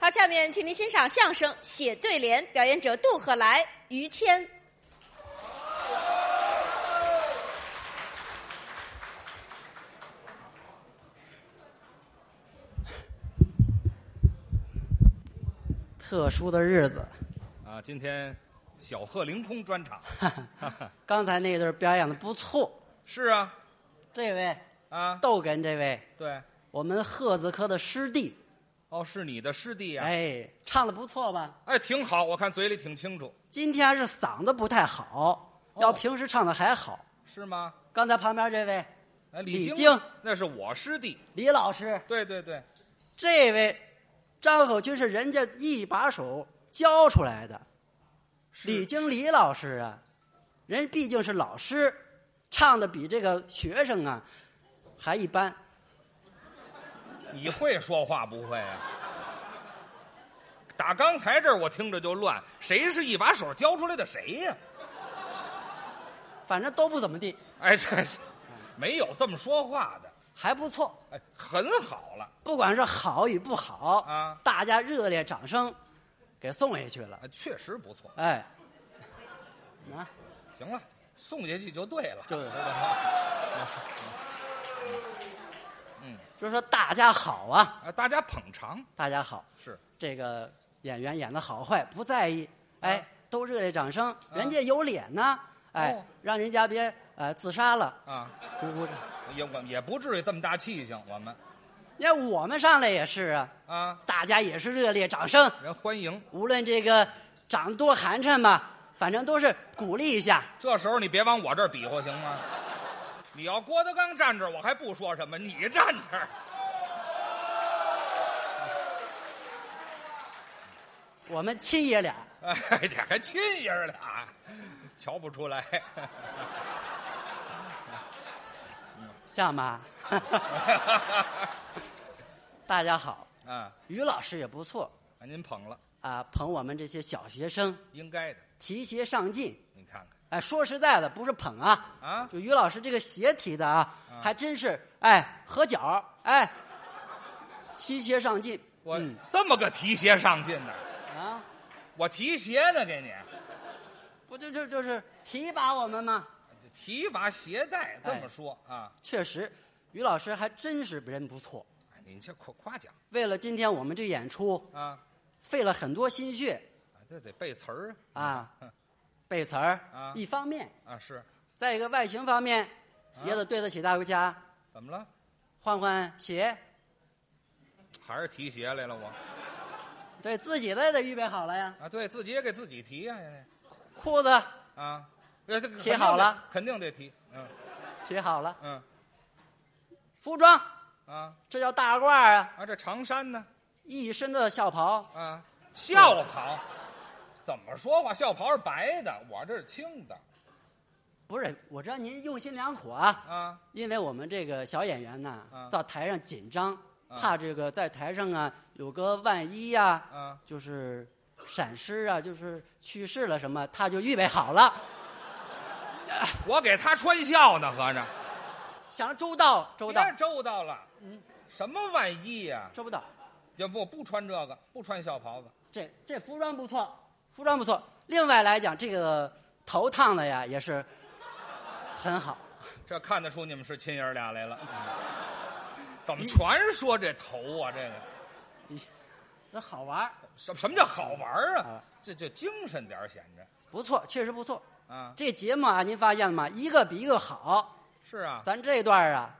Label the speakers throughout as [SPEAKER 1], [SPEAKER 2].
[SPEAKER 1] 好，下面请您欣赏相声《写对联》，表演者杜鹤来、于谦。
[SPEAKER 2] 特殊的日子，
[SPEAKER 3] 啊，今天小鹤凌空专场。
[SPEAKER 2] 刚才那对表演的不错。
[SPEAKER 3] 是啊，
[SPEAKER 2] 这位
[SPEAKER 3] 啊，
[SPEAKER 2] 逗哏，这位
[SPEAKER 3] 对，
[SPEAKER 2] 我们鹤字科的师弟，
[SPEAKER 3] 哦，是你的师弟啊。
[SPEAKER 2] 哎，唱的不错吧？
[SPEAKER 3] 哎，挺好，我看嘴里挺清楚，
[SPEAKER 2] 今天是嗓子不太好，
[SPEAKER 3] 哦
[SPEAKER 2] 要平时唱的还好。
[SPEAKER 3] 是吗？
[SPEAKER 2] 刚才旁边这位
[SPEAKER 3] 哎，
[SPEAKER 2] 李
[SPEAKER 3] 菁，
[SPEAKER 2] 菁
[SPEAKER 3] 那是我师弟。
[SPEAKER 2] 李老师，
[SPEAKER 3] 对对对，
[SPEAKER 2] 这位张口军是人家一把手教出来的，
[SPEAKER 3] 是
[SPEAKER 2] 李菁李老师啊，人毕竟是老师，唱的比这个学生啊还一般。
[SPEAKER 3] 你会说话不会啊？ 打刚才这儿我听着就乱，谁是一把手教出来的谁呀、
[SPEAKER 2] 反正都不怎么地，
[SPEAKER 3] 哎，这是没有这么说话的，
[SPEAKER 2] 还不错。
[SPEAKER 3] 哎，很好了，
[SPEAKER 2] 不管是好与不好
[SPEAKER 3] 啊
[SPEAKER 2] 大家热烈掌声给送下去了。
[SPEAKER 3] 哎确实不错。
[SPEAKER 2] 哎，啊，
[SPEAKER 3] 行了，送下去就对了。
[SPEAKER 2] 就是
[SPEAKER 3] 嗯，
[SPEAKER 2] 就是说大家好啊，
[SPEAKER 3] 啊，大家捧场
[SPEAKER 2] 大家好。
[SPEAKER 3] 是
[SPEAKER 2] 这个演员演的好坏不在意，哎，
[SPEAKER 3] 啊
[SPEAKER 2] 都热烈掌声，人家有脸呢，哎，
[SPEAKER 3] 哦
[SPEAKER 2] 让人家别呃自杀了。
[SPEAKER 3] 啊，
[SPEAKER 2] 不不，
[SPEAKER 3] 也我也不至于这么大气性，我们
[SPEAKER 2] 你看我们上来也是啊，
[SPEAKER 3] 啊，
[SPEAKER 2] 大家也是热烈掌声，
[SPEAKER 3] 人欢迎。
[SPEAKER 2] 无论这个长多寒碜吧，反正都是鼓励一下。
[SPEAKER 3] 这时候你别往我这儿比划行吗？你要郭德纲站这儿，我还不说什么，你站这儿，
[SPEAKER 2] 我们亲爷俩
[SPEAKER 3] 哎，这还亲爷儿俩，瞧不出来。
[SPEAKER 2] 像吗？ 大家好，
[SPEAKER 3] 啊，
[SPEAKER 2] 于老师也不错
[SPEAKER 3] 您捧了，
[SPEAKER 2] 啊，捧我们这些小学生
[SPEAKER 3] 应该的。
[SPEAKER 2] 提携上进。
[SPEAKER 3] 你看看
[SPEAKER 2] 哎，说实在的，不是捧啊，
[SPEAKER 3] 啊
[SPEAKER 2] 就于老师这个鞋提的啊，
[SPEAKER 3] 啊
[SPEAKER 2] 还真是哎合脚，哎，提携上进。
[SPEAKER 3] 我、
[SPEAKER 2] 嗯
[SPEAKER 3] 这么个提携上进的，
[SPEAKER 2] 啊，
[SPEAKER 3] 我提鞋呢给你，
[SPEAKER 2] 不就就就是提拔我们吗？
[SPEAKER 3] 提把鞋带这
[SPEAKER 2] 哎
[SPEAKER 3] 么说、啊。
[SPEAKER 2] 确实，于老师还真是人不错。
[SPEAKER 3] 哎您这夸夸奖
[SPEAKER 2] 为了今天我们这演出，
[SPEAKER 3] 啊，
[SPEAKER 2] 费了很多心血
[SPEAKER 3] 啊这得背词儿
[SPEAKER 2] 啊
[SPEAKER 3] 嗯，
[SPEAKER 2] 背词儿。
[SPEAKER 3] 啊
[SPEAKER 2] 一方面，
[SPEAKER 3] 啊，是
[SPEAKER 2] 再一个外形方面，
[SPEAKER 3] 啊
[SPEAKER 2] 也得对得起大家，
[SPEAKER 3] 怎么了？
[SPEAKER 2] 换换鞋，
[SPEAKER 3] 还是提鞋来了我
[SPEAKER 2] 对自己的也得预备好了呀。
[SPEAKER 3] 啊，对自己也给自己提呀、
[SPEAKER 2] 裤子
[SPEAKER 3] 啊，这这个
[SPEAKER 2] 提好了
[SPEAKER 3] 肯定得，肯定得提，嗯
[SPEAKER 2] 提好了，
[SPEAKER 3] 嗯
[SPEAKER 2] 服装
[SPEAKER 3] 啊
[SPEAKER 2] 这叫大褂儿啊，
[SPEAKER 3] 啊，这长衫呢
[SPEAKER 2] 一身的校袍。
[SPEAKER 3] 啊，校袍，怎么说话？校袍是白的，我这是青的
[SPEAKER 2] 不是，我知道您用心良苦啊，
[SPEAKER 3] 啊，
[SPEAKER 2] 因为我们这个小演员呐，
[SPEAKER 3] 啊
[SPEAKER 2] 到台上紧张，
[SPEAKER 3] 啊
[SPEAKER 2] 怕这个在台上啊有个万一呀、
[SPEAKER 3] 啊
[SPEAKER 2] 就是闪失啊，就是去世了什么，他就预备好了，
[SPEAKER 3] 我给他穿校呢，合着
[SPEAKER 2] 想着周到，周到
[SPEAKER 3] 别，周到了，
[SPEAKER 2] 嗯
[SPEAKER 3] 什么万一呀、
[SPEAKER 2] 周到。
[SPEAKER 3] 要不我不穿这个，不穿校袍子，
[SPEAKER 2] 这这服装不错，服装不错。另外来讲，这个头烫的呀也是很好，
[SPEAKER 3] 这看得出你们是亲爷儿俩来了。嗯 怎么全说这头啊？这个
[SPEAKER 2] 这好玩儿
[SPEAKER 3] 什什么叫好玩儿啊
[SPEAKER 2] 啊？
[SPEAKER 3] 这这精神点儿显着
[SPEAKER 2] 不错，确实不错。
[SPEAKER 3] 啊！
[SPEAKER 2] 这节目啊，您发现了吗？一个比一个好。
[SPEAKER 3] 是啊，
[SPEAKER 2] 咱这段儿啊，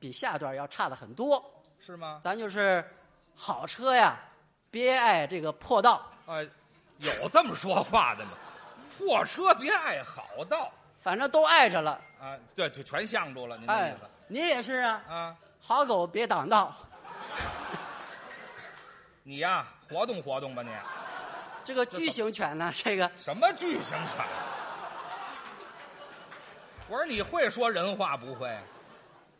[SPEAKER 2] 比下段儿要差的很多。
[SPEAKER 3] 是吗？
[SPEAKER 2] 咱就是好车呀，别爱这个破道。
[SPEAKER 3] 啊，有这么说话的吗？破车别爱好道
[SPEAKER 2] 反正都碍着了，
[SPEAKER 3] 啊！对，就全向住了，您的
[SPEAKER 2] 哎
[SPEAKER 3] 意思、，
[SPEAKER 2] 你也是啊，
[SPEAKER 3] 啊？
[SPEAKER 2] 好狗别挡道。
[SPEAKER 3] 你呀、活动活动吧你，
[SPEAKER 2] 这个巨型犬呢，这个
[SPEAKER 3] 什么巨型犬？我说你会说人话不会？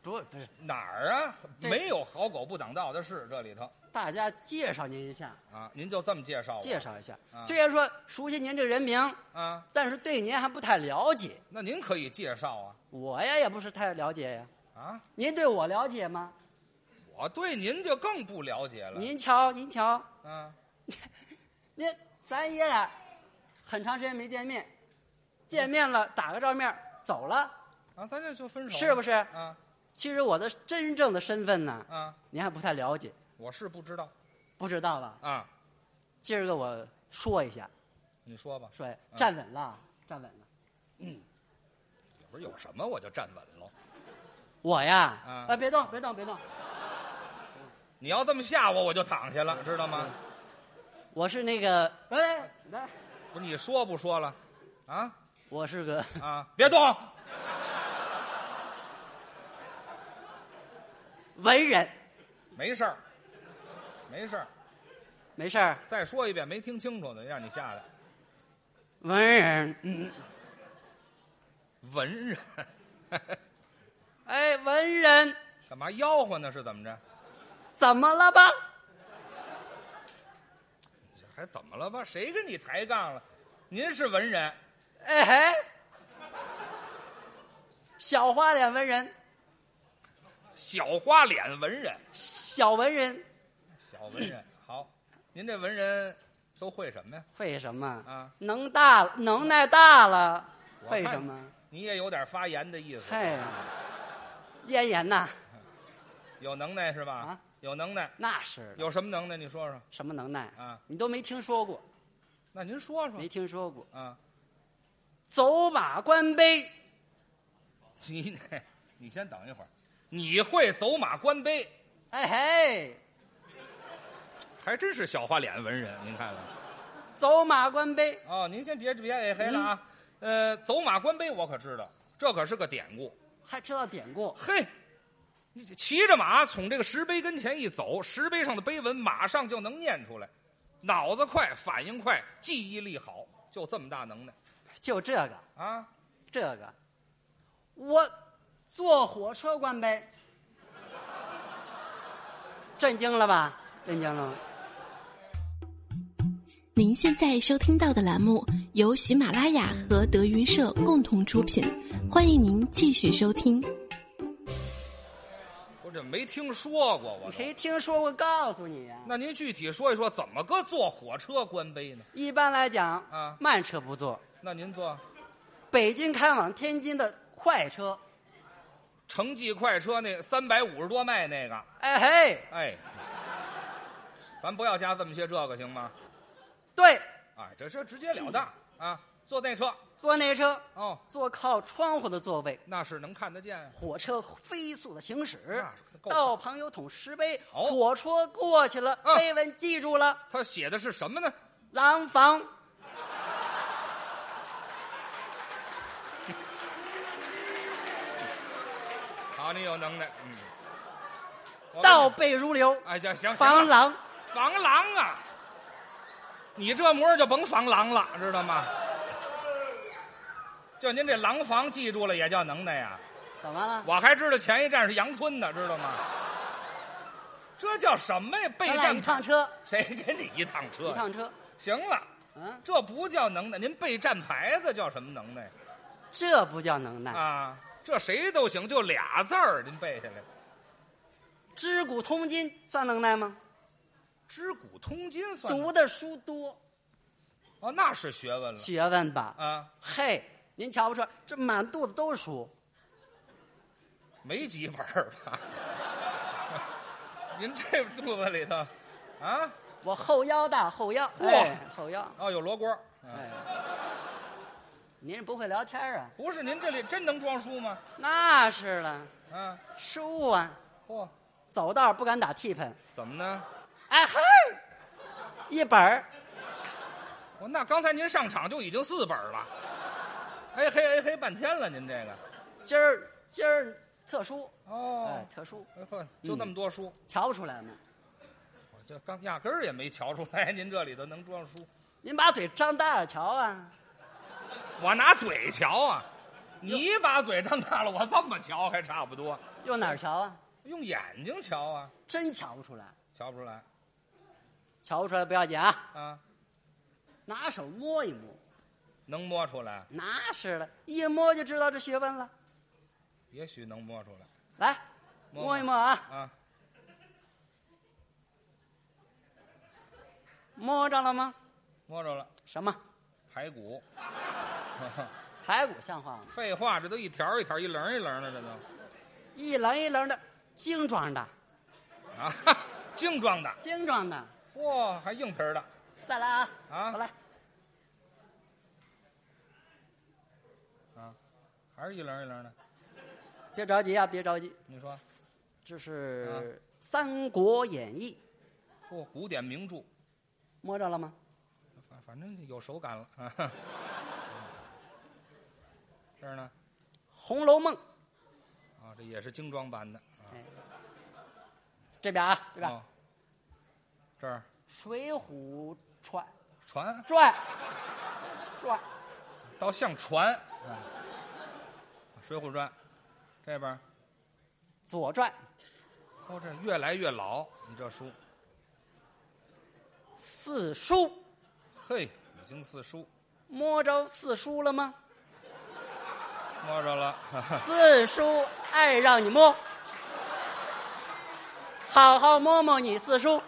[SPEAKER 2] 不不是，
[SPEAKER 3] 哪儿啊？
[SPEAKER 2] 对
[SPEAKER 3] 没有好狗不挡道的事，这里头
[SPEAKER 2] 大家介绍您一下，
[SPEAKER 3] 啊！您就这么介绍我
[SPEAKER 2] 介绍一下。
[SPEAKER 3] 啊
[SPEAKER 2] 虽然说熟悉您这人名，
[SPEAKER 3] 啊？
[SPEAKER 2] 但是对您还不太了解。
[SPEAKER 3] 那您可以介绍啊
[SPEAKER 2] 我呀也不是太了解呀，
[SPEAKER 3] 啊！
[SPEAKER 2] 您对我了解吗？
[SPEAKER 3] 我对您就更不了解了。
[SPEAKER 2] 您瞧，您瞧，
[SPEAKER 3] 啊，
[SPEAKER 2] 您咱爷俩很长时间没见面，见面了打个照面走了。
[SPEAKER 3] 啊，咱这就分手，
[SPEAKER 2] 是不是
[SPEAKER 3] 啊
[SPEAKER 2] 其实我的真正的身份呢，
[SPEAKER 3] 啊，
[SPEAKER 2] 您还不太了解，
[SPEAKER 3] 我是不知道
[SPEAKER 2] 不知道吧？
[SPEAKER 3] 啊，
[SPEAKER 2] 今儿个我说一下，
[SPEAKER 3] 你说吧，
[SPEAKER 2] 说一下站稳了，站稳了。
[SPEAKER 3] 不是有什么我就站稳了。
[SPEAKER 2] 我呀，
[SPEAKER 3] 啊
[SPEAKER 2] 哎，别动，别动，别动，
[SPEAKER 3] 你要这么吓我，我就躺下了，知道吗？
[SPEAKER 2] 我是那个，哎，来，
[SPEAKER 3] 不是你说不说了，啊
[SPEAKER 2] 我是个，
[SPEAKER 3] 啊，别动，
[SPEAKER 2] 文人，
[SPEAKER 3] 没事儿，没事儿。
[SPEAKER 2] 没事儿，
[SPEAKER 3] 再说一遍，没听清楚的，让你吓的。
[SPEAKER 2] 文人，嗯
[SPEAKER 3] 文 人，
[SPEAKER 2] 哎，文人，
[SPEAKER 3] 干嘛吆喝呢？是怎么着？
[SPEAKER 2] 怎么了吧？
[SPEAKER 3] 这还怎么了吧？谁跟你抬杠了？您是文人，
[SPEAKER 2] 哎嘿，小花脸文人，
[SPEAKER 3] 小花脸文人，
[SPEAKER 2] 小文人
[SPEAKER 3] 小文人。好，您这文人都会什么呀？
[SPEAKER 2] 会什么？
[SPEAKER 3] 啊，
[SPEAKER 2] 能大了，能耐大了，
[SPEAKER 3] 我
[SPEAKER 2] 会
[SPEAKER 3] 看
[SPEAKER 2] 什么？
[SPEAKER 3] 你也有点发言的意思。
[SPEAKER 2] 嘿，咽炎呐，
[SPEAKER 3] 有能耐是吧？
[SPEAKER 2] 啊，
[SPEAKER 3] 有能耐，
[SPEAKER 2] 那是的
[SPEAKER 3] 有什么能耐？你说说。
[SPEAKER 2] 什么能耐
[SPEAKER 3] 啊？
[SPEAKER 2] 你都没听说过，
[SPEAKER 3] 那您说说
[SPEAKER 2] 没听说过，
[SPEAKER 3] 啊，
[SPEAKER 2] 走马观碑，
[SPEAKER 3] 你你先等一会儿，你会走马观碑，
[SPEAKER 2] 哎嘿，
[SPEAKER 3] 还真是小花脸文人，您看看。
[SPEAKER 2] 走马观碑，
[SPEAKER 3] 哦，您先别别哎黑了啊，呃，走马观碑我可知道，这可是个典故。
[SPEAKER 2] 还知道典故，
[SPEAKER 3] 嘿，你骑着马从这个石碑跟前一走，石碑上的碑文马上就能念出来，脑子快，反应快，记忆力好，就这么大能耐
[SPEAKER 2] 就这个
[SPEAKER 3] 啊！
[SPEAKER 2] 这个，我坐火车观碑， 震惊了吧？震惊了吗？
[SPEAKER 4] 您现在收听到的栏目由喜马拉雅和德云社共同出品，欢迎您继续收听。
[SPEAKER 3] 我这没听说过，我都
[SPEAKER 2] 没听说过，告诉你啊。
[SPEAKER 3] 那您具体说一说，怎么个坐火车观碑呢？
[SPEAKER 2] 一般来讲，
[SPEAKER 3] 啊
[SPEAKER 2] 慢车不坐，
[SPEAKER 3] 那您坐
[SPEAKER 2] 北京开往天津的快车，
[SPEAKER 3] 城际快车那三百五十多迈那个，
[SPEAKER 2] 哎嘿，
[SPEAKER 3] 哎，咱不要加这么些这个行吗？
[SPEAKER 2] 对，
[SPEAKER 3] 哎，这是直截了当啊！坐那车
[SPEAKER 2] 坐那车，
[SPEAKER 3] 哦，
[SPEAKER 2] 坐靠窗户的座位，
[SPEAKER 3] 那是能看得见呀。
[SPEAKER 2] 火车飞速的行驶
[SPEAKER 3] 那是，够快
[SPEAKER 2] 道旁有桶石碑，
[SPEAKER 3] 哦
[SPEAKER 2] 火车过去了，
[SPEAKER 3] 嗯
[SPEAKER 2] 碑文记住了，
[SPEAKER 3] 他写的是什么呢？
[SPEAKER 2] 廊坊，
[SPEAKER 3] 好，你有能耐，嗯。我跟你
[SPEAKER 2] 倒背如流，
[SPEAKER 3] 哎，行行，
[SPEAKER 2] 防
[SPEAKER 3] 行了
[SPEAKER 2] 狼，
[SPEAKER 3] 防狼啊！你这模样就甭防狼了，知道吗？就您这廊坊记住了也叫能耐呀、
[SPEAKER 2] 怎么了？
[SPEAKER 3] 我还知道前一站是杨村呢，知道吗？这叫什么呀？备
[SPEAKER 2] 咱俩
[SPEAKER 3] 战
[SPEAKER 2] 一趟车，
[SPEAKER 3] 谁给你一趟车
[SPEAKER 2] 一
[SPEAKER 3] 呀？
[SPEAKER 2] 趟车，
[SPEAKER 3] 行了，
[SPEAKER 2] 嗯，
[SPEAKER 3] 这不叫能耐，您备战牌子叫什么能耐呀？
[SPEAKER 2] 这不叫能耐，
[SPEAKER 3] 啊，这谁都行，就俩字儿，您背下来，
[SPEAKER 2] 知古通今算能耐吗？
[SPEAKER 3] 知古通今算
[SPEAKER 2] 读的书多，
[SPEAKER 3] 哦，那是学问了
[SPEAKER 2] 学问吧，
[SPEAKER 3] 啊，
[SPEAKER 2] 嘿，您瞧不出来，这满肚子都是书，
[SPEAKER 3] 没几本儿吧？ 您这肚子里头，啊，
[SPEAKER 2] 我后腰大，后腰，
[SPEAKER 3] 嚯
[SPEAKER 2] 哎，后腰，
[SPEAKER 3] 哦，有罗锅儿，啊
[SPEAKER 2] 哎，您是不会聊天啊？
[SPEAKER 3] 不是您这里真能装书吗？
[SPEAKER 2] 那是了，
[SPEAKER 3] 啊，
[SPEAKER 2] 书啊，
[SPEAKER 3] 嚯、
[SPEAKER 2] 走道不敢打气盆，
[SPEAKER 3] 怎么呢？
[SPEAKER 2] 哎嘿，一本儿，
[SPEAKER 3] 我哦那刚才您上场就已经四本儿了，哎嘿哎嘿，半天了，您这个，
[SPEAKER 2] 今儿今儿特殊，哎嗯
[SPEAKER 3] 哦，，
[SPEAKER 2] 特殊，
[SPEAKER 3] 哎呵，就那么多书，
[SPEAKER 2] 瞧不出来吗？
[SPEAKER 3] 我这刚压根儿也没瞧出来您这里头能装书。
[SPEAKER 2] 您把嘴张大了瞧啊，
[SPEAKER 3] 我拿嘴瞧啊，你把嘴张大了，我这么瞧还差不多，
[SPEAKER 2] 用哪儿瞧啊？
[SPEAKER 3] 用眼睛瞧啊，
[SPEAKER 2] 真瞧不出来，
[SPEAKER 3] 瞧不出来
[SPEAKER 2] 瞧不出来不要紧啊，
[SPEAKER 3] 啊，
[SPEAKER 2] 拿手摸一摸，
[SPEAKER 3] 能摸出来，
[SPEAKER 2] 那是了，一摸就知道这学问了。
[SPEAKER 3] 也许能摸出来
[SPEAKER 2] 来，
[SPEAKER 3] 摸
[SPEAKER 2] 摸一摸啊，
[SPEAKER 3] 啊，
[SPEAKER 2] 摸着了吗？
[SPEAKER 3] 摸着了，
[SPEAKER 2] 什么
[SPEAKER 3] 排骨。
[SPEAKER 2] 排骨像话吗？
[SPEAKER 3] 废话，这都一条一条、一棱一棱的，这都
[SPEAKER 2] 一棱一棱的，精装的，
[SPEAKER 3] 啊， 精装的，
[SPEAKER 2] 精装的。
[SPEAKER 3] 哇，还硬皮儿的，
[SPEAKER 2] 再来啊！
[SPEAKER 3] 啊
[SPEAKER 2] 好来，
[SPEAKER 3] 还是一棱一棱的。
[SPEAKER 2] 别着急啊，别着急，
[SPEAKER 3] 你说，
[SPEAKER 2] 这是《三国演义》，
[SPEAKER 3] 不、哦古典名著，
[SPEAKER 2] 摸着了吗？
[SPEAKER 3] 反反正有手感了。 啊、这儿呢，
[SPEAKER 2] 《红楼梦》
[SPEAKER 3] 啊，这也是精装版的。啊、
[SPEAKER 2] 这边啊，这边《
[SPEAKER 3] 哦这儿
[SPEAKER 2] 水浒传
[SPEAKER 3] 船》
[SPEAKER 2] 传传，
[SPEAKER 3] 倒像船，嗯水浒传》这边儿，
[SPEAKER 2] 《左传》
[SPEAKER 3] 哦，这越来越老，你这书，
[SPEAKER 2] 四书，
[SPEAKER 3] 嘿，五经四书，
[SPEAKER 2] 摸着四书了吗？
[SPEAKER 3] 摸着了。
[SPEAKER 2] 四叔爱让你摸，好好摸摸你四叔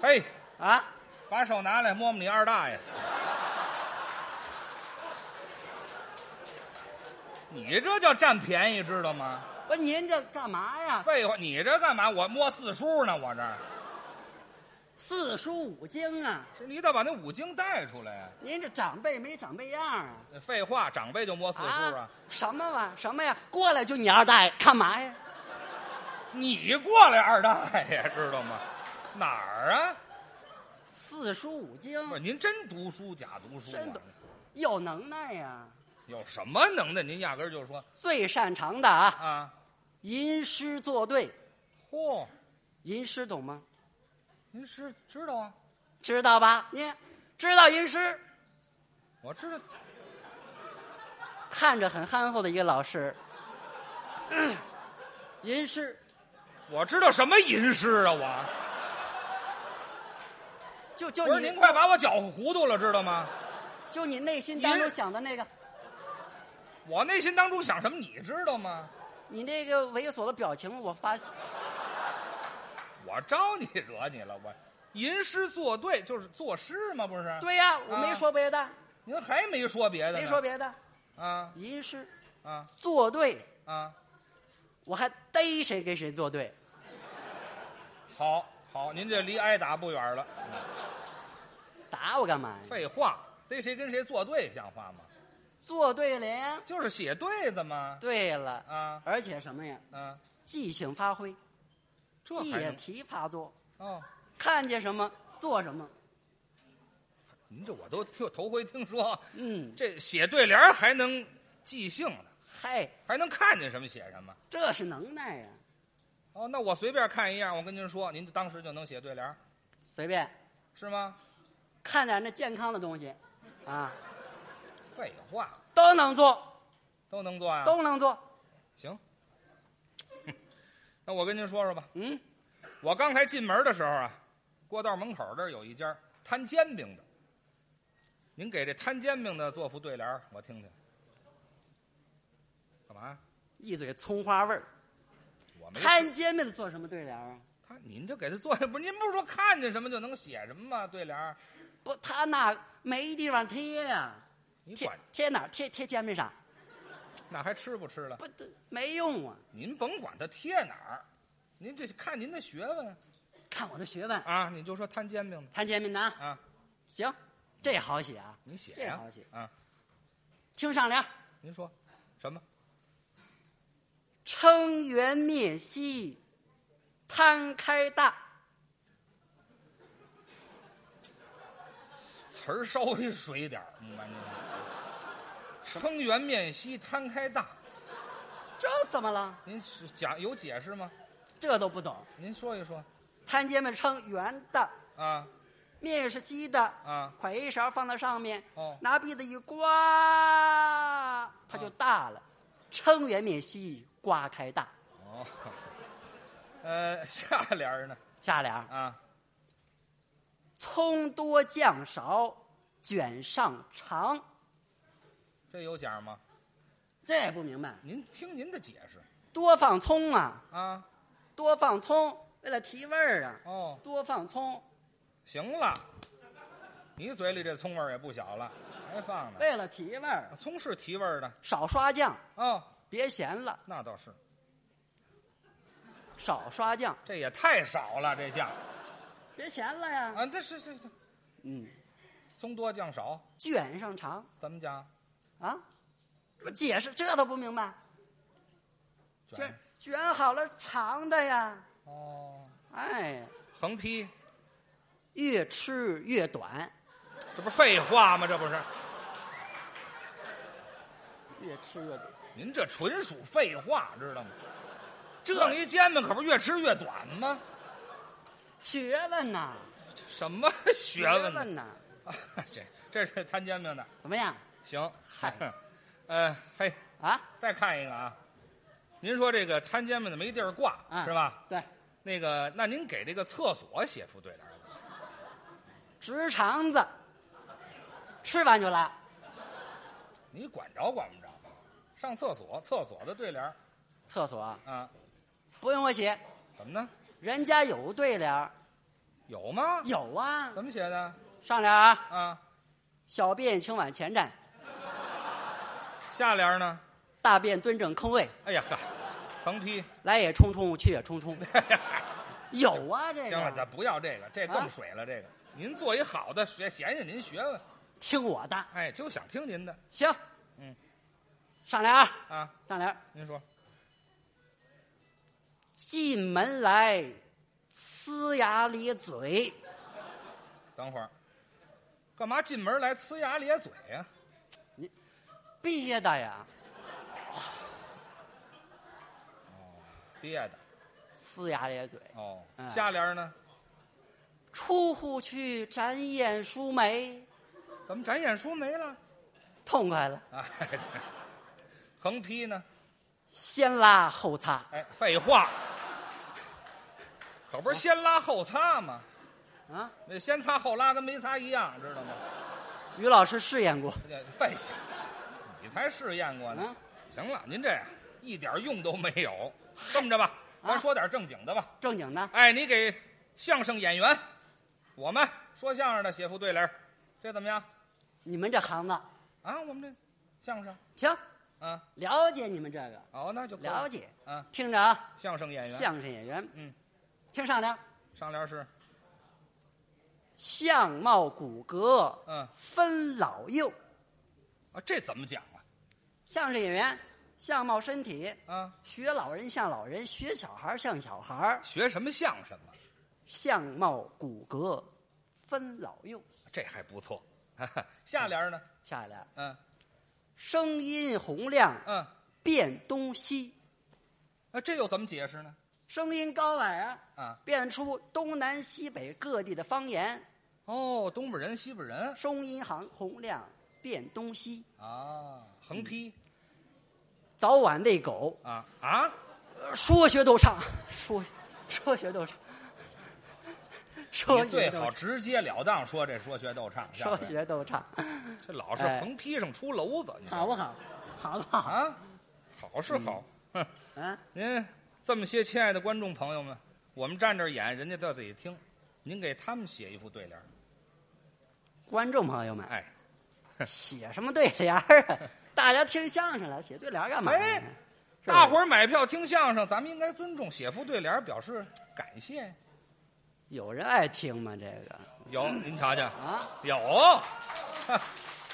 [SPEAKER 3] 嘿，
[SPEAKER 2] 啊！
[SPEAKER 3] 把手拿来摸摸你二大爷。 你这叫占便宜，知道吗？
[SPEAKER 2] 不，您这干嘛呀？
[SPEAKER 3] 废话，你这干嘛？我摸四叔呢，我这儿
[SPEAKER 2] 四书五经啊，
[SPEAKER 3] 是你得把那五经带出来呀、
[SPEAKER 2] 您这长辈没长辈样啊？
[SPEAKER 3] 废话，长辈就摸四叔啊！
[SPEAKER 2] 什么玩什么呀？过来就你二大爷干嘛呀？
[SPEAKER 3] 你过来，二大爷，知道吗？哪儿啊？
[SPEAKER 2] 四书五
[SPEAKER 3] 不是
[SPEAKER 2] 经，
[SPEAKER 3] 您真读书假读书、啊？
[SPEAKER 2] 真读有能耐呀、
[SPEAKER 3] 有什么能耐？您压根儿就说
[SPEAKER 2] 最擅长的啊，
[SPEAKER 3] 啊，
[SPEAKER 2] 吟诗作对。
[SPEAKER 3] 嚯、
[SPEAKER 2] 吟诗懂吗？
[SPEAKER 3] 您是知道啊？
[SPEAKER 2] 知道吧？你知道吟诗？
[SPEAKER 3] 我知道，
[SPEAKER 2] 看着很憨厚的一个老师，嗯吟诗
[SPEAKER 3] 我知道什么吟诗啊？我。
[SPEAKER 2] 就就
[SPEAKER 3] 不是
[SPEAKER 2] 你
[SPEAKER 3] 您快把我搅和糊涂了，知道吗？
[SPEAKER 2] 就你内心当中
[SPEAKER 3] 吟
[SPEAKER 2] 想的那个，
[SPEAKER 3] 我内心当初想什么，你知道吗？
[SPEAKER 2] 你那个猥琐的表情，我发现
[SPEAKER 3] 啊我招你惹你了？我吟诗作对就是作诗吗？不是？，
[SPEAKER 2] 对呀、我没说别的，
[SPEAKER 3] 您还没说啊别的呢？
[SPEAKER 2] 没说别的，
[SPEAKER 3] 啊
[SPEAKER 2] 吟诗
[SPEAKER 3] 啊
[SPEAKER 2] 作对，
[SPEAKER 3] 啊！
[SPEAKER 2] 我还逮谁跟谁作对，
[SPEAKER 3] 好好，您这离挨打不远了。
[SPEAKER 2] 打我干嘛呀？
[SPEAKER 3] 废话，逮谁跟谁作对，像话吗？
[SPEAKER 2] 作对联。
[SPEAKER 3] 就是写对子嘛。
[SPEAKER 2] 对了，
[SPEAKER 3] 啊
[SPEAKER 2] 而且什么呀？
[SPEAKER 3] 啊，
[SPEAKER 2] 即兴发挥，
[SPEAKER 3] 这还
[SPEAKER 2] 借
[SPEAKER 3] 能
[SPEAKER 2] 题发作，
[SPEAKER 3] 哦，
[SPEAKER 2] 看见什么做什么。
[SPEAKER 3] 您这我都听头回听说，
[SPEAKER 2] 嗯，
[SPEAKER 3] 这写对联儿还能即兴呢，
[SPEAKER 2] 嗨，
[SPEAKER 3] 还能看见什么写什么。
[SPEAKER 2] 这是能耐呀、
[SPEAKER 3] 哦，那我随便看一样，我跟您说，您当时就能写对联儿，
[SPEAKER 2] 随便
[SPEAKER 3] 是吗？
[SPEAKER 2] 看点那健康的东西，啊，
[SPEAKER 3] 废话，
[SPEAKER 2] 都能做，
[SPEAKER 3] 都能做呀、啊
[SPEAKER 2] 都能做。
[SPEAKER 3] 行。那我跟您说说吧，
[SPEAKER 2] 嗯，
[SPEAKER 3] 我刚才进门的时候啊，过道门口这儿有一家摊煎饼的，您给这摊煎饼的做副对联儿，我听听。干嘛呀？
[SPEAKER 2] 一嘴葱花味儿。
[SPEAKER 3] 我没
[SPEAKER 2] 摊煎饼的做什么对联啊？
[SPEAKER 3] 他，您就给他做，不是您不是说看见什么就能写什么吗？对联儿，
[SPEAKER 2] 不，他那没地方贴呀、
[SPEAKER 3] 你
[SPEAKER 2] 贴
[SPEAKER 3] 管
[SPEAKER 2] 贴哪儿？贴贴煎饼上，
[SPEAKER 3] 那还吃不吃了？
[SPEAKER 2] 不没用啊！
[SPEAKER 3] 您甭管它贴哪儿，您这看您的学问
[SPEAKER 2] 看我的学问，
[SPEAKER 3] 啊，你就说摊煎饼的
[SPEAKER 2] 摊煎饼的啊，
[SPEAKER 3] 啊，
[SPEAKER 2] 行，这好写啊。
[SPEAKER 3] 你写
[SPEAKER 2] 这
[SPEAKER 3] 呀
[SPEAKER 2] 好写
[SPEAKER 3] 啊，
[SPEAKER 2] 听上联：
[SPEAKER 3] 您说什么？
[SPEAKER 2] 称元灭西，摊开大。
[SPEAKER 3] 词儿稍微水点儿，明白吗？撑圆面稀摊开大，
[SPEAKER 2] 这怎么了？
[SPEAKER 3] 您是讲有解释吗？
[SPEAKER 2] 这都不懂。
[SPEAKER 3] 您说一说
[SPEAKER 2] 摊煎饼称圆的，
[SPEAKER 3] 啊
[SPEAKER 2] 面是稀的，
[SPEAKER 3] 啊
[SPEAKER 2] 㧟一勺放在上面，
[SPEAKER 3] 哦啊
[SPEAKER 2] 拿鼻子一刮，它就大了。撑圆面稀，刮开大。
[SPEAKER 3] 哦，呃，下联儿呢
[SPEAKER 2] 下联儿。
[SPEAKER 3] 啊，
[SPEAKER 2] 葱多酱少，卷上肠。
[SPEAKER 3] 这有讲吗？
[SPEAKER 2] 这也不明白，
[SPEAKER 3] 您听您的解释
[SPEAKER 2] 多放葱啊，
[SPEAKER 3] 啊，
[SPEAKER 2] 多放葱，为了提味儿啊，
[SPEAKER 3] 哦，
[SPEAKER 2] 多放葱。
[SPEAKER 3] 行了，你嘴里这葱味儿也不小了，还放呢？
[SPEAKER 2] 为了提味儿，
[SPEAKER 3] 葱是提味儿的
[SPEAKER 2] 少刷酱，
[SPEAKER 3] 哦，
[SPEAKER 2] 别咸了，
[SPEAKER 3] 那倒是，
[SPEAKER 2] 少刷酱，
[SPEAKER 3] 这也太少了，这酱
[SPEAKER 2] 别咸了呀。
[SPEAKER 3] 啊，这是是是，
[SPEAKER 2] 嗯，
[SPEAKER 3] 葱多酱少，
[SPEAKER 2] 卷上肠
[SPEAKER 3] 咱们家
[SPEAKER 2] 啊，我解释这都不明白。卷
[SPEAKER 3] 卷
[SPEAKER 2] 卷好了长的呀，
[SPEAKER 3] 哦，
[SPEAKER 2] 哎，
[SPEAKER 3] 横批，
[SPEAKER 2] 越吃越短，
[SPEAKER 3] 这不废话吗？这不是，
[SPEAKER 2] 越吃越短。
[SPEAKER 3] 您这纯属废话，知道吗？这一煎饼可不是越吃越短吗？
[SPEAKER 2] 学问呐，
[SPEAKER 3] 什 么学问呢？
[SPEAKER 2] 呐，
[SPEAKER 3] 啊，这这是摊煎饼的，
[SPEAKER 2] 怎么样
[SPEAKER 3] 行，
[SPEAKER 2] 嗨，
[SPEAKER 3] 呃，嘿，
[SPEAKER 2] 啊？
[SPEAKER 3] 再看一个啊。您说这个摊煎饼的没地儿挂、
[SPEAKER 2] 啊
[SPEAKER 3] 是吧？
[SPEAKER 2] 对，
[SPEAKER 3] 那个，那您给这个厕所写副对联吧？
[SPEAKER 2] 直肠子，吃完就拉。
[SPEAKER 3] 你管着管不着？上厕所，厕所的对联儿
[SPEAKER 2] 厕所
[SPEAKER 3] 啊，
[SPEAKER 2] 不用我写，
[SPEAKER 3] 怎么呢？
[SPEAKER 2] 人家有对联儿
[SPEAKER 3] 有吗？
[SPEAKER 2] 有啊。
[SPEAKER 3] 怎么写的
[SPEAKER 2] 上联儿
[SPEAKER 3] 啊？
[SPEAKER 2] 小便请往前站，
[SPEAKER 3] 下联儿呢？
[SPEAKER 2] 大便蹲正坑位，
[SPEAKER 3] 哎呀呵，横批。
[SPEAKER 2] 来也冲冲，去也冲冲。有啊，这个。
[SPEAKER 3] 行了，咱不要这个，这
[SPEAKER 2] 啊
[SPEAKER 3] 更水了。这个，您做一好的，学显显您学问。
[SPEAKER 2] 听我的，
[SPEAKER 3] 哎，就想听您的
[SPEAKER 2] 行。
[SPEAKER 3] 嗯，
[SPEAKER 2] 上联儿，
[SPEAKER 3] 啊。
[SPEAKER 2] 上联儿，
[SPEAKER 3] 您说，
[SPEAKER 2] 进门来，呲牙咧嘴，
[SPEAKER 3] 等会儿，干嘛进门来呲牙咧嘴啊呀、
[SPEAKER 2] 憋的呀，
[SPEAKER 3] 憋的。
[SPEAKER 2] 呲牙咧嘴。
[SPEAKER 3] 哦，
[SPEAKER 2] 哎
[SPEAKER 3] 下联儿呢？
[SPEAKER 2] 出户去展眼舒眉，
[SPEAKER 3] 怎么展眼书没了？
[SPEAKER 2] 痛快了，
[SPEAKER 3] 哎，对 横批呢？
[SPEAKER 2] 先拉后擦。
[SPEAKER 3] 哎，废话，可不是先拉后擦吗？
[SPEAKER 2] 啊，
[SPEAKER 3] 那先擦后拉跟没擦一样，知道吗？
[SPEAKER 2] 于老师试验过，
[SPEAKER 3] 这废气，你才试验过呢
[SPEAKER 2] 嗯。
[SPEAKER 3] 行了，您这样一点用都没有。这么着吧，咱
[SPEAKER 2] 啊
[SPEAKER 3] 说点正经的吧。
[SPEAKER 2] 正经的
[SPEAKER 3] 哎，你给相声演员，我们说相声的写副对联儿，这怎么样？
[SPEAKER 2] 你们这行当
[SPEAKER 3] 啊，我们这相声
[SPEAKER 2] 行，
[SPEAKER 3] 啊，
[SPEAKER 2] 了解你们这个，
[SPEAKER 3] 哦，那就可以
[SPEAKER 2] 了解。
[SPEAKER 3] 啊，
[SPEAKER 2] 听着啊，
[SPEAKER 3] 相声演员，
[SPEAKER 2] 相声演员，
[SPEAKER 3] 嗯，
[SPEAKER 2] 听上联：
[SPEAKER 3] 上联是
[SPEAKER 2] 相貌骨骼
[SPEAKER 3] 嗯
[SPEAKER 2] 分老幼。
[SPEAKER 3] 啊，这怎么讲
[SPEAKER 2] 相声演员相貌身体，
[SPEAKER 3] 啊？啊，
[SPEAKER 2] 学老人像老人，学小孩像小孩，
[SPEAKER 3] 学什么啊像什么，
[SPEAKER 2] 相貌骨骼分老幼。
[SPEAKER 3] 这还不错。下联呢？
[SPEAKER 2] 下一联，
[SPEAKER 3] 嗯
[SPEAKER 2] 声音洪亮
[SPEAKER 3] 嗯，
[SPEAKER 2] 辨东西，
[SPEAKER 3] 啊，这又怎么解释呢？
[SPEAKER 2] 声音高矮啊。
[SPEAKER 3] 啊，
[SPEAKER 2] 辨出东南西北各地的方言，
[SPEAKER 3] 哦，东北人、西北人
[SPEAKER 2] 声音行洪亮，辨东西。
[SPEAKER 3] 啊，横批
[SPEAKER 2] 早晚喂狗，
[SPEAKER 3] 啊啊，
[SPEAKER 2] 呃说学逗唱，说说学逗唱，说学
[SPEAKER 3] 你最
[SPEAKER 2] 逗
[SPEAKER 3] 好
[SPEAKER 2] 唱，
[SPEAKER 3] 直截了当说这说学逗唱，下
[SPEAKER 2] 说
[SPEAKER 3] 回
[SPEAKER 2] 学逗唱，
[SPEAKER 3] 这老是
[SPEAKER 2] 哎
[SPEAKER 3] 横批上出篓子，你知道
[SPEAKER 2] 好啊不
[SPEAKER 3] 吗
[SPEAKER 2] 好？好不好？
[SPEAKER 3] 啊，好是好，哼，
[SPEAKER 2] 啊，
[SPEAKER 3] 您这么些亲爱的观众朋友们，我们站这儿演，人家在底下听，您给他们写一副对联儿，
[SPEAKER 2] 观众朋友们，
[SPEAKER 3] 哎。
[SPEAKER 2] 写什么对联儿啊？大家听相声了，写对联儿干嘛呀？
[SPEAKER 3] 哎
[SPEAKER 2] 是不是
[SPEAKER 3] 大伙儿买票听相声，咱们应该尊重写副对联儿，表示感谢。
[SPEAKER 2] 有人爱听吗？这个
[SPEAKER 3] 有，您瞧瞧，
[SPEAKER 2] 啊，
[SPEAKER 3] 有，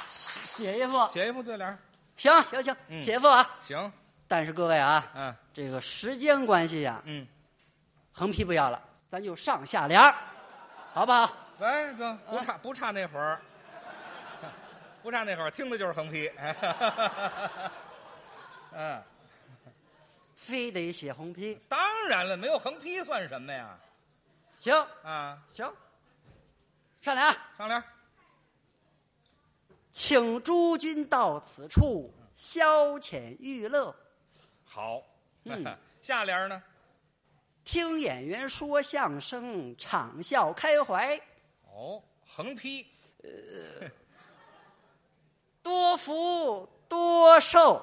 [SPEAKER 2] 写一副，
[SPEAKER 3] 写一副对联儿，
[SPEAKER 2] 行行行，
[SPEAKER 3] 嗯
[SPEAKER 2] 写一副啊！
[SPEAKER 3] 行，
[SPEAKER 2] 但是各位啊，
[SPEAKER 3] 嗯
[SPEAKER 2] 这个时间关系呀、
[SPEAKER 3] 嗯，
[SPEAKER 2] 横批不要了，咱就上下联儿，好不好？
[SPEAKER 3] 喂，哥，不差不差那会儿，不差那会儿，听的就是横批。 嗯，
[SPEAKER 2] 非得写横批，
[SPEAKER 3] 当然了，没有横批算什么呀？
[SPEAKER 2] 行
[SPEAKER 3] 啊，
[SPEAKER 2] 行，上联儿，
[SPEAKER 3] 上联儿，
[SPEAKER 2] 请诸君到此处消遣娱乐，
[SPEAKER 3] 好。
[SPEAKER 2] 嗯
[SPEAKER 3] 下联儿呢？
[SPEAKER 2] 听演员说相声，场笑开怀，
[SPEAKER 3] 哦，横批，
[SPEAKER 2] 多福多寿，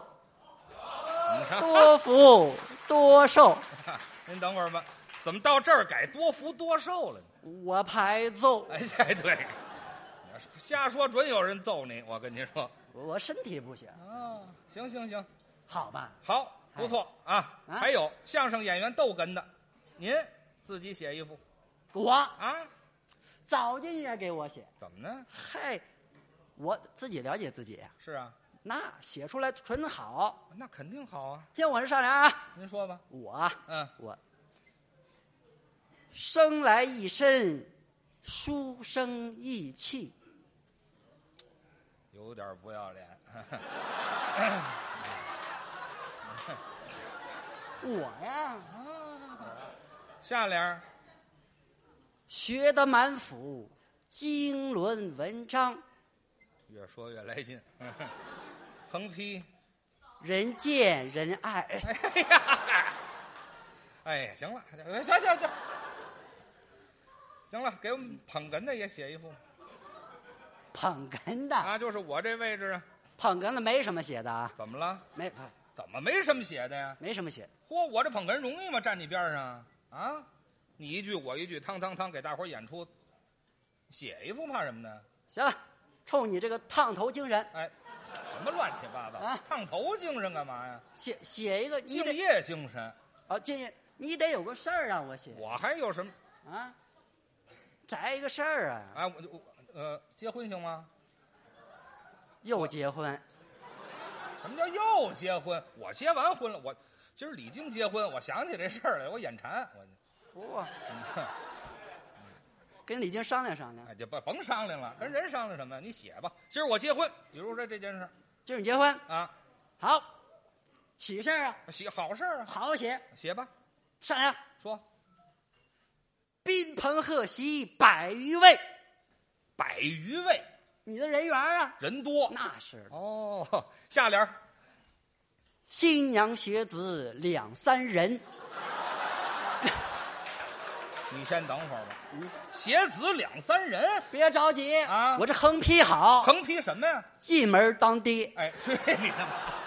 [SPEAKER 3] 你看，
[SPEAKER 2] 多福多寿。
[SPEAKER 3] 嗯 您等会儿吧。怎么到这儿改多福多寿了呢？
[SPEAKER 2] 我排揍，
[SPEAKER 3] 哎哎，对，你要是瞎说准有人揍你，我跟您说。
[SPEAKER 2] 我身体不行，
[SPEAKER 3] 啊，行行行，
[SPEAKER 2] 好吧？
[SPEAKER 3] 好，不错啊。
[SPEAKER 2] 啊
[SPEAKER 3] 还有相声演员逗哏的，您自己写一幅
[SPEAKER 2] 我
[SPEAKER 3] 啊？
[SPEAKER 2] 早就应该给我写，
[SPEAKER 3] 怎么呢？
[SPEAKER 2] 嗨，我自己了解自己呀，
[SPEAKER 3] 是啊，
[SPEAKER 2] 那写出来纯好。
[SPEAKER 3] 那肯定好啊。
[SPEAKER 2] 听我这上联啊，
[SPEAKER 3] 您说吧。
[SPEAKER 2] 我啊
[SPEAKER 3] 嗯，
[SPEAKER 2] 我生来一身书生意气，
[SPEAKER 3] 有点不要脸。
[SPEAKER 2] 我呀
[SPEAKER 3] 下联儿
[SPEAKER 2] 学得满腹经纶文章，
[SPEAKER 3] 越说越来劲， 横批。
[SPEAKER 2] 人见人爱。哎
[SPEAKER 3] 哎呀，哎，行了，行行行，行了，给我们捧哏的也写一幅
[SPEAKER 2] 捧哏的，
[SPEAKER 3] 啊，就是我这位置啊，
[SPEAKER 2] 捧哏的没什么写的啊，
[SPEAKER 3] 怎么了？
[SPEAKER 2] 没
[SPEAKER 3] 怎么没什么写的呀？
[SPEAKER 2] 没什么写的。
[SPEAKER 3] 嚯，我这捧哏容易吗？站你边上啊？你一句我一句，汤汤汤，给大伙儿演出，写一幅怕什么呢？
[SPEAKER 2] 行了，冲你这个烫头精神，
[SPEAKER 3] 哎，什么乱七八糟？
[SPEAKER 2] 啊
[SPEAKER 3] 烫头精神干嘛呀？
[SPEAKER 2] 写写一个，你
[SPEAKER 3] 敬
[SPEAKER 2] 得
[SPEAKER 3] 业精神，
[SPEAKER 2] 啊，建议你得有个事儿让我写
[SPEAKER 3] 我还有什么？
[SPEAKER 2] 啊，摘一个事儿啊，
[SPEAKER 3] 哎，我就我呃，结婚行吗？
[SPEAKER 2] 又结婚，
[SPEAKER 3] 什么叫又结婚？我结完婚了，我今儿李菁结婚，我想起这事儿来，我眼馋，我
[SPEAKER 2] 哇，跟李菁商量商量，
[SPEAKER 3] 哎就甭甭商量了，跟人商量什么呀？你写吧，今儿我结婚，比如说这件事儿
[SPEAKER 2] 今儿你结婚
[SPEAKER 3] 啊，
[SPEAKER 2] 好，喜事儿啊，
[SPEAKER 3] 写好事儿啊，
[SPEAKER 2] 好写，
[SPEAKER 3] 写吧，
[SPEAKER 2] 上梁
[SPEAKER 3] 说
[SPEAKER 2] 宾朋贺喜百余位，
[SPEAKER 3] 百余位
[SPEAKER 2] 你的人缘啊，
[SPEAKER 3] 人多
[SPEAKER 2] 那是
[SPEAKER 3] 哦， 下联儿
[SPEAKER 2] 新娘学子两三人，
[SPEAKER 3] 你先等会儿吧，写子两三人，
[SPEAKER 2] 别着急
[SPEAKER 3] 啊
[SPEAKER 2] 我这横批好，
[SPEAKER 3] 横批什么呀？
[SPEAKER 2] 进门当爹，
[SPEAKER 3] 哎，去你的吧！